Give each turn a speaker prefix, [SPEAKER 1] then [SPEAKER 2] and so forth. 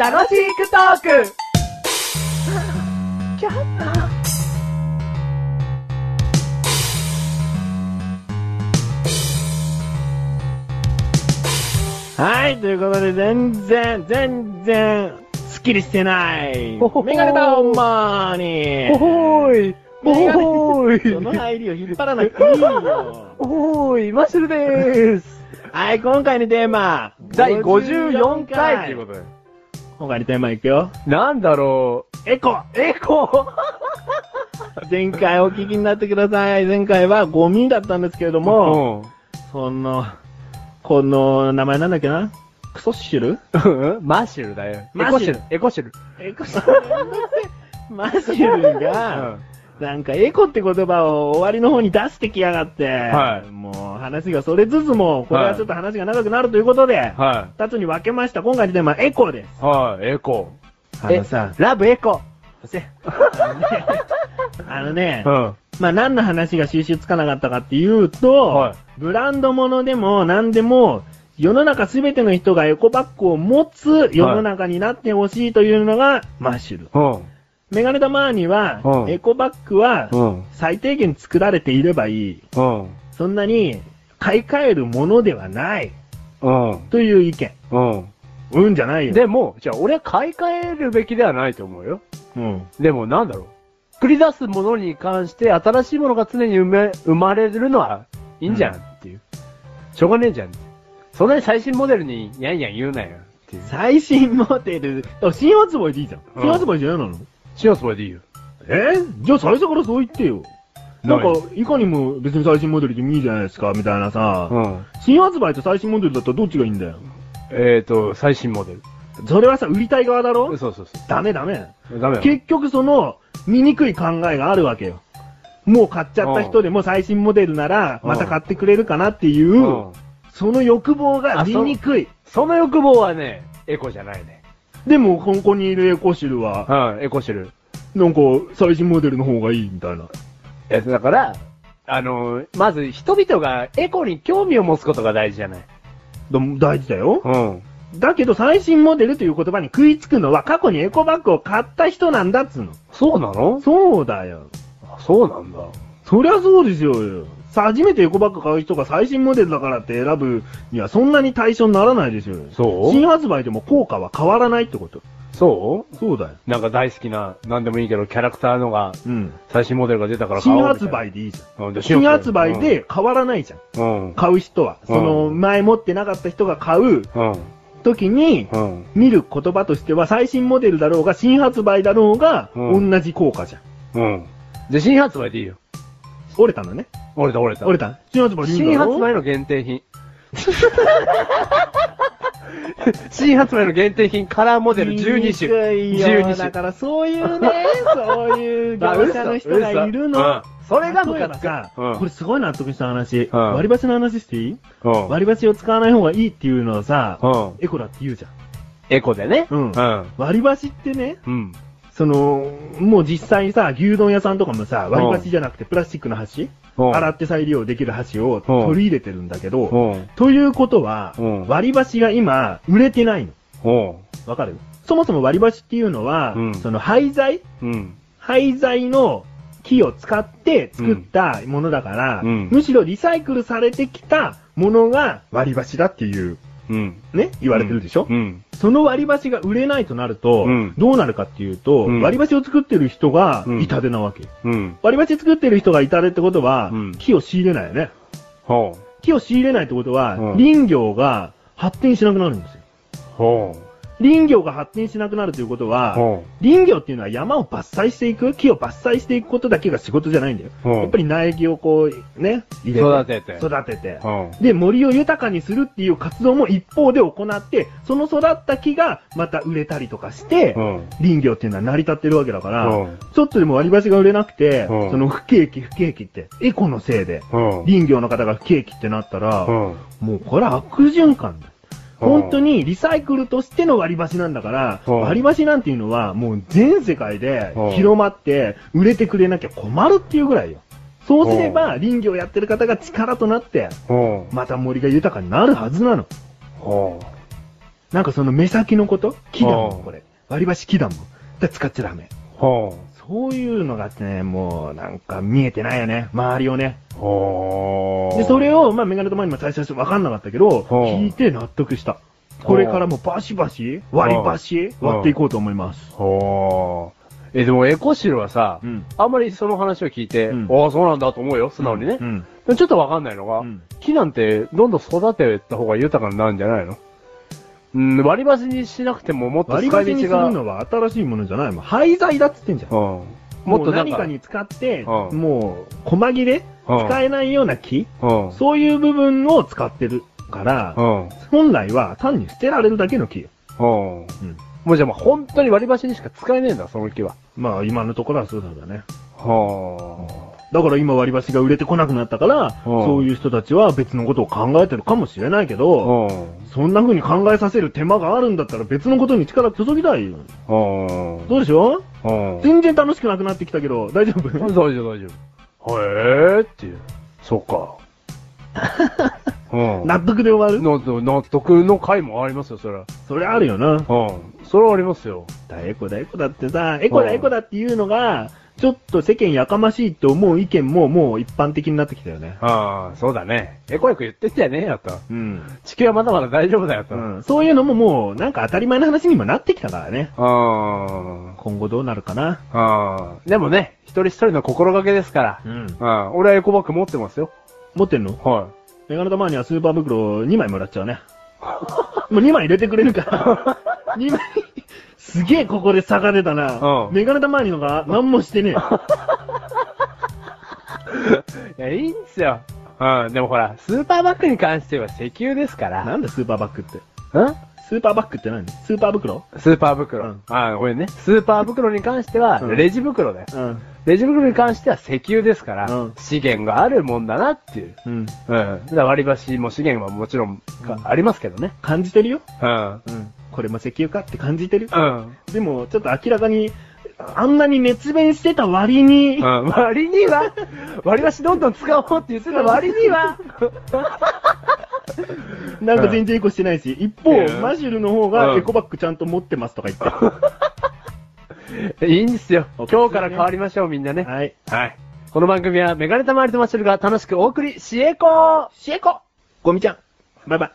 [SPEAKER 1] 楽しくトーク
[SPEAKER 2] はい、ということで、全然、全然、スッキリしてない。
[SPEAKER 1] ほほほ
[SPEAKER 2] メガネタウンマー
[SPEAKER 1] ほ
[SPEAKER 2] に。
[SPEAKER 1] ほーいほほ
[SPEAKER 2] その
[SPEAKER 1] ーい
[SPEAKER 2] 入りを引っ張らなくていい よ。
[SPEAKER 1] ほほーいマッシュルでーす
[SPEAKER 2] はい、今回のテーマ。
[SPEAKER 1] 第54回ということで。
[SPEAKER 2] 今回のテーマいくよ。
[SPEAKER 1] なんだろ
[SPEAKER 2] エコ
[SPEAKER 1] う、エコ
[SPEAKER 2] 前回お聞きになってください。前回はゴミだったんですけれども、
[SPEAKER 1] も
[SPEAKER 2] その、この、名前なんだっけなクソッシュル
[SPEAKER 1] うん、マッシュルだよ。エ
[SPEAKER 2] マ
[SPEAKER 1] コ
[SPEAKER 2] ッシ
[SPEAKER 1] シ
[SPEAKER 2] ュ
[SPEAKER 1] ュ
[SPEAKER 2] ル
[SPEAKER 1] ル、エコシュル。
[SPEAKER 2] エコシュル。 マッシュルが、なんかエコって言葉を終わりの方に出してきやがって、
[SPEAKER 1] はい
[SPEAKER 2] もう話がそれずつも、これはちょっと話が長くなるということで、
[SPEAKER 1] は
[SPEAKER 2] 二つに分けました。今回のテーマはエコです。
[SPEAKER 1] い。はい、エコ。
[SPEAKER 2] あのさ、
[SPEAKER 1] ラブエコ。
[SPEAKER 2] せあのね あのね、
[SPEAKER 1] ん。
[SPEAKER 2] まあ何の話が収集つかなかったかっていうと、
[SPEAKER 1] はい
[SPEAKER 2] ブランド物でも何でも、世の中すべての人がエコバッグを持つ世の中になってほしいというのがマッシュル。
[SPEAKER 1] うん。
[SPEAKER 2] メガネタマーニは、
[SPEAKER 1] うん
[SPEAKER 2] エコバッグは
[SPEAKER 1] うん。
[SPEAKER 2] 最低限作られていればいい。
[SPEAKER 1] うん。
[SPEAKER 2] そんなに買い替えるものではない
[SPEAKER 1] うん。
[SPEAKER 2] という意見。
[SPEAKER 1] うん。
[SPEAKER 2] うんじゃないよ。、
[SPEAKER 1] でも、じゃあ俺は買い替えるべきではないと思うよ。
[SPEAKER 2] うん。
[SPEAKER 1] でもなんだろう。繰り出すものに関して新しいものが常に生め生まれるのはいいんじゃんっていう。しょうがねえじゃん。そんなに最新モデルにやんやん言うなよっていう。
[SPEAKER 2] 最新モデル、あ新発売でいいじゃん。
[SPEAKER 1] うん
[SPEAKER 2] 新発売じゃないなの、
[SPEAKER 1] シオスボディよ。
[SPEAKER 2] えじゃあ最初からそう言ってよ。なんか
[SPEAKER 1] ない、
[SPEAKER 2] いかにも別に最新モデルでもいいじゃないですか、みたいなさ、
[SPEAKER 1] うん。
[SPEAKER 2] 新発売と最新モデルだったらどっちがいいんだよ。
[SPEAKER 1] えーと、最新モデル。
[SPEAKER 2] それはさ、売りたい側だ
[SPEAKER 1] そう
[SPEAKER 2] ろ
[SPEAKER 1] そうそう。
[SPEAKER 2] ダメダメ。
[SPEAKER 1] ダメよ。
[SPEAKER 2] 結局その、醜い考えがあるわけよ。もう買っちゃった人でも最新モデルなら、
[SPEAKER 1] うん
[SPEAKER 2] また買ってくれるかなっていう、
[SPEAKER 1] うん。
[SPEAKER 2] その欲望が醜い。
[SPEAKER 1] その欲望はね、エコじゃないね。
[SPEAKER 2] でも、ここにいるエコシルは、
[SPEAKER 1] うん、エコしてる。
[SPEAKER 2] なんか、最新モデルの方がいいみたいな。
[SPEAKER 1] え、だから、あのー、まず人々がエコに興味を持つことが大事じゃない。
[SPEAKER 2] でも大事だよ。
[SPEAKER 1] うん。
[SPEAKER 2] だけど、最新モデルという言葉に食いつくのは、過去にエコバッグを買った人なんだっつうの。
[SPEAKER 1] そうなの
[SPEAKER 2] そうだよ。
[SPEAKER 1] そうなんだ。
[SPEAKER 2] そりゃそうですよ。さ初めてエコバッグ買う人が最新モデルだからって選ぶには、そんなに対象にならないですよ。
[SPEAKER 1] そう
[SPEAKER 2] 新発売でも効果は変わらないってこと。
[SPEAKER 1] そう
[SPEAKER 2] そうだよ。
[SPEAKER 1] なんか大好きな、なんでもいいけど、キャラクターのが、
[SPEAKER 2] うん。
[SPEAKER 1] 最新モデルが出たから買おう
[SPEAKER 2] 新
[SPEAKER 1] みたいな。
[SPEAKER 2] 発売でいいじゃ
[SPEAKER 1] うん。
[SPEAKER 2] ん。
[SPEAKER 1] で
[SPEAKER 2] 新発売、で変わらないじゃん。
[SPEAKER 1] うん。うん。
[SPEAKER 2] 買う人は。その、
[SPEAKER 1] うん
[SPEAKER 2] 前持ってなかった人が買う
[SPEAKER 1] うん。
[SPEAKER 2] 時に、
[SPEAKER 1] うん。
[SPEAKER 2] 見る言葉としては、最新モデルだろうが、新発売だろうが、
[SPEAKER 1] うん
[SPEAKER 2] 同じ効果じゃん。
[SPEAKER 1] うん。じゃ、新発売でいいよ。
[SPEAKER 2] 折れたのね。
[SPEAKER 1] 折れた折れた。
[SPEAKER 2] 折れた新発売でいいん
[SPEAKER 1] 新
[SPEAKER 2] だろ
[SPEAKER 1] 発売の限定品。新発売の限定品カラーモデル12種。
[SPEAKER 2] 言いにくいよ
[SPEAKER 1] 12種
[SPEAKER 2] だからそういう ね、そういう業者の人がいるの。
[SPEAKER 1] それがム
[SPEAKER 2] 例え
[SPEAKER 1] カ
[SPEAKER 2] ば
[SPEAKER 1] つく。
[SPEAKER 2] さ、
[SPEAKER 1] うん
[SPEAKER 2] これすごい納得した話。
[SPEAKER 1] うん
[SPEAKER 2] 割り箸の話していい
[SPEAKER 1] うん
[SPEAKER 2] 割り箸を使わない方がいいっていうのはさ、
[SPEAKER 1] うん。
[SPEAKER 2] エコだって言うじゃん。
[SPEAKER 1] エコでね。
[SPEAKER 2] うん
[SPEAKER 1] うん。
[SPEAKER 2] 割り箸ってね、
[SPEAKER 1] うん。
[SPEAKER 2] その、もう実際にさ、牛丼屋さんとかもさ、割り箸じゃなくてプラスチックの箸洗って再利用できる箸を
[SPEAKER 1] うん
[SPEAKER 2] 取り入れてるんだけ
[SPEAKER 1] う
[SPEAKER 2] ど、
[SPEAKER 1] ん。
[SPEAKER 2] ということは
[SPEAKER 1] うん、
[SPEAKER 2] 割り箸が今、売れてないの。
[SPEAKER 1] うん。
[SPEAKER 2] わかるそもそも割り箸っていうのは、
[SPEAKER 1] うん
[SPEAKER 2] その廃材
[SPEAKER 1] うん。
[SPEAKER 2] 廃材の木を使って作ったものだから、
[SPEAKER 1] うん
[SPEAKER 2] むしろリサイクルされてきたものが割り箸だっていう、
[SPEAKER 1] うん。
[SPEAKER 2] ね、言われてるでしょ、
[SPEAKER 1] うん。
[SPEAKER 2] その割り箸が売れないとなると、
[SPEAKER 1] うん
[SPEAKER 2] どうなるかっていうと、
[SPEAKER 1] うん
[SPEAKER 2] 割り箸を作ってる人が
[SPEAKER 1] うん
[SPEAKER 2] 痛手なわけ。
[SPEAKER 1] うん。
[SPEAKER 2] 割り箸作ってる人が痛手ってことは、
[SPEAKER 1] うん
[SPEAKER 2] 木を仕入れないよね。
[SPEAKER 1] ほう。
[SPEAKER 2] 木を仕入れないってことは、
[SPEAKER 1] うん
[SPEAKER 2] 林業が発展しなくなるんですよ。
[SPEAKER 1] ほ
[SPEAKER 2] 林業が発展しなくなるということ
[SPEAKER 1] う。
[SPEAKER 2] は、
[SPEAKER 1] ほ
[SPEAKER 2] 林業っていうのは山を伐採していく、木を伐採していくことだけが仕事じゃないんだよ。
[SPEAKER 1] う。
[SPEAKER 2] やっぱり苗木をこう、ね、入れ
[SPEAKER 1] 育
[SPEAKER 2] て、
[SPEAKER 1] てて。
[SPEAKER 2] 育てて。
[SPEAKER 1] うん。
[SPEAKER 2] で、森を豊かにするっていう活動も一方で行って、その育った木がまた売れたりとかして、
[SPEAKER 1] うん。
[SPEAKER 2] 林業っていうのは成り立ってるわけだから、
[SPEAKER 1] うん。
[SPEAKER 2] ちょっとでも割り箸が売れなくて、
[SPEAKER 1] うん
[SPEAKER 2] その不景気、不景気って、エコのせいで、
[SPEAKER 1] うん。
[SPEAKER 2] 林業の方が不景気ってなったら、
[SPEAKER 1] うん。
[SPEAKER 2] もうこれは悪循環だ。
[SPEAKER 1] うん
[SPEAKER 2] 本当にリサイクルとしての割り箸なんだから、
[SPEAKER 1] うん
[SPEAKER 2] 割り箸なんていうのはもう全世界で
[SPEAKER 1] うん
[SPEAKER 2] 広まって売れてくれなきゃ困るっていうぐらいよ。そうすれば林業やってる方が力となって、
[SPEAKER 1] ほう。
[SPEAKER 2] また森が豊かになるはずなの。
[SPEAKER 1] ほう。
[SPEAKER 2] なんかその目先のこと木だも
[SPEAKER 1] あー
[SPEAKER 2] ん、これ。割り箸木だもん。で使っちゃダメ。
[SPEAKER 1] ほ
[SPEAKER 2] そういうのがあってね、もうなんか見えてないよね。周りをね。
[SPEAKER 1] う。ほう。
[SPEAKER 2] で、それ、を、まあ、メガネとマニも最初は分かんなかったけど、
[SPEAKER 1] ほう
[SPEAKER 2] 聞いて納得した。
[SPEAKER 1] ほう
[SPEAKER 2] これからもバシバシ、割り箸、
[SPEAKER 1] ほう
[SPEAKER 2] 割っていこうと思います。
[SPEAKER 1] ほう。え、でもエコシロはさ、
[SPEAKER 2] うん
[SPEAKER 1] あんまりその話を聞いて、
[SPEAKER 2] うん
[SPEAKER 1] ああ、そうなんだと思うよ、素直にね。
[SPEAKER 2] うん。
[SPEAKER 1] でもちょっとわかんないのが、
[SPEAKER 2] うん
[SPEAKER 1] 木なんてどんどん育てた方が豊かになるんじゃないのうん、割り箸にしなくてももっと使
[SPEAKER 2] 割
[SPEAKER 1] い
[SPEAKER 2] り
[SPEAKER 1] 道が。
[SPEAKER 2] 箸にするのは新しいものじゃないもん。廃材だっつってんじゃん。
[SPEAKER 1] うん。
[SPEAKER 2] も
[SPEAKER 1] も
[SPEAKER 2] っ
[SPEAKER 1] っ
[SPEAKER 2] と
[SPEAKER 1] となん
[SPEAKER 2] 何
[SPEAKER 1] か
[SPEAKER 2] かに使って、
[SPEAKER 1] うん
[SPEAKER 2] もう、細切れ
[SPEAKER 1] うん
[SPEAKER 2] 使えないような木
[SPEAKER 1] うん。
[SPEAKER 2] そういう部分を使ってるから
[SPEAKER 1] う、ん。
[SPEAKER 2] 本来は単に捨てられるだけの木よ。
[SPEAKER 1] うん。
[SPEAKER 2] うん。
[SPEAKER 1] もうじゃあもう本当に割り箸にしか使えねえんだ、その木は。
[SPEAKER 2] まあ、今のところはそうだね。
[SPEAKER 1] は
[SPEAKER 2] だから今割り箸が売れてこなくなったから、
[SPEAKER 1] うん
[SPEAKER 2] そういう人たちは別のことを考えてるかもしれないけ
[SPEAKER 1] あ。
[SPEAKER 2] ど、
[SPEAKER 1] うん。
[SPEAKER 2] そんな風に考えさせる手間があるんだったら別のことに力注ぎたいよ。
[SPEAKER 1] うん。
[SPEAKER 2] どうでしょう
[SPEAKER 1] うん。
[SPEAKER 2] 全然楽しくなくなってきたけど、大丈夫
[SPEAKER 1] 大丈夫、大丈夫。へえーっていう。そうか。うん。
[SPEAKER 2] 納得で終わる
[SPEAKER 1] のの納得の回もありますよ、それは。
[SPEAKER 2] それあるよな。
[SPEAKER 1] うん。それはありますよ。
[SPEAKER 2] だエコだエコだってさ、エコだエコだっていうのが、ちょっと世間やかましいと思う意見ももう一般的になってきたよね。
[SPEAKER 1] ああ、そうだね。エコエコ言ってんじゃねえよと。
[SPEAKER 2] うん。
[SPEAKER 1] 地球はまだまだ大丈夫だよと。
[SPEAKER 2] うん、そういうのももうなんか当たり前の話にもなってきたからね。
[SPEAKER 1] あ
[SPEAKER 2] 今後どうなるかな。
[SPEAKER 1] あ。ああ。でもね、一人一人の心がけですから。
[SPEAKER 2] うん。
[SPEAKER 1] うん。俺はエコバッグ持ってますよ。
[SPEAKER 2] 持ってんの
[SPEAKER 1] は
[SPEAKER 2] メガネ玉にはスーパー袋2枚もらっちゃ うね。もう2枚入れてくれるから。2枚。すげえここで差が出たな。
[SPEAKER 1] うん
[SPEAKER 2] メガネ玉にのが何もしてねえ。
[SPEAKER 1] い。いや、いいんですよ。うん。でもほら、スーパーバッグに関しては石油ですから。
[SPEAKER 2] なんだスーパーバッグって。
[SPEAKER 1] ん
[SPEAKER 2] スーパーバッグって何スーパー袋
[SPEAKER 1] スーパー袋。
[SPEAKER 2] うん
[SPEAKER 1] ああ、ごめんね。スーパー袋に関しては、
[SPEAKER 2] うん
[SPEAKER 1] レジ袋だよ。
[SPEAKER 2] うん。
[SPEAKER 1] レジ袋に関しては石油ですから、
[SPEAKER 2] うん
[SPEAKER 1] 資源があるもんだなっていう。
[SPEAKER 2] うん。
[SPEAKER 1] うん。だから割り箸も資源はもちろんか、
[SPEAKER 2] うん
[SPEAKER 1] ありますけどね。
[SPEAKER 2] 感じてるよ。
[SPEAKER 1] うん。
[SPEAKER 2] うん。これも石油かって感じてる。
[SPEAKER 1] うん。
[SPEAKER 2] でも、ちょっと明らかに、あんなに熱弁してた割に、
[SPEAKER 1] うん、 割には、割り箸どんどん使おうって言ってた割 には、
[SPEAKER 2] なんか全然エコしてないし、一方、
[SPEAKER 1] うん
[SPEAKER 2] マシュルの方
[SPEAKER 1] う
[SPEAKER 2] が
[SPEAKER 1] ん
[SPEAKER 2] エコバッグちゃんと持ってますとか言って。
[SPEAKER 1] いいんですよ。
[SPEAKER 2] おかしいね
[SPEAKER 1] 今日から変わりましょう、みんなね。
[SPEAKER 2] はい。
[SPEAKER 1] はい。この番組はメガネタマリとマッシュルが楽しくお送り、シエコー
[SPEAKER 2] シエコゴミちゃん、バイバイ。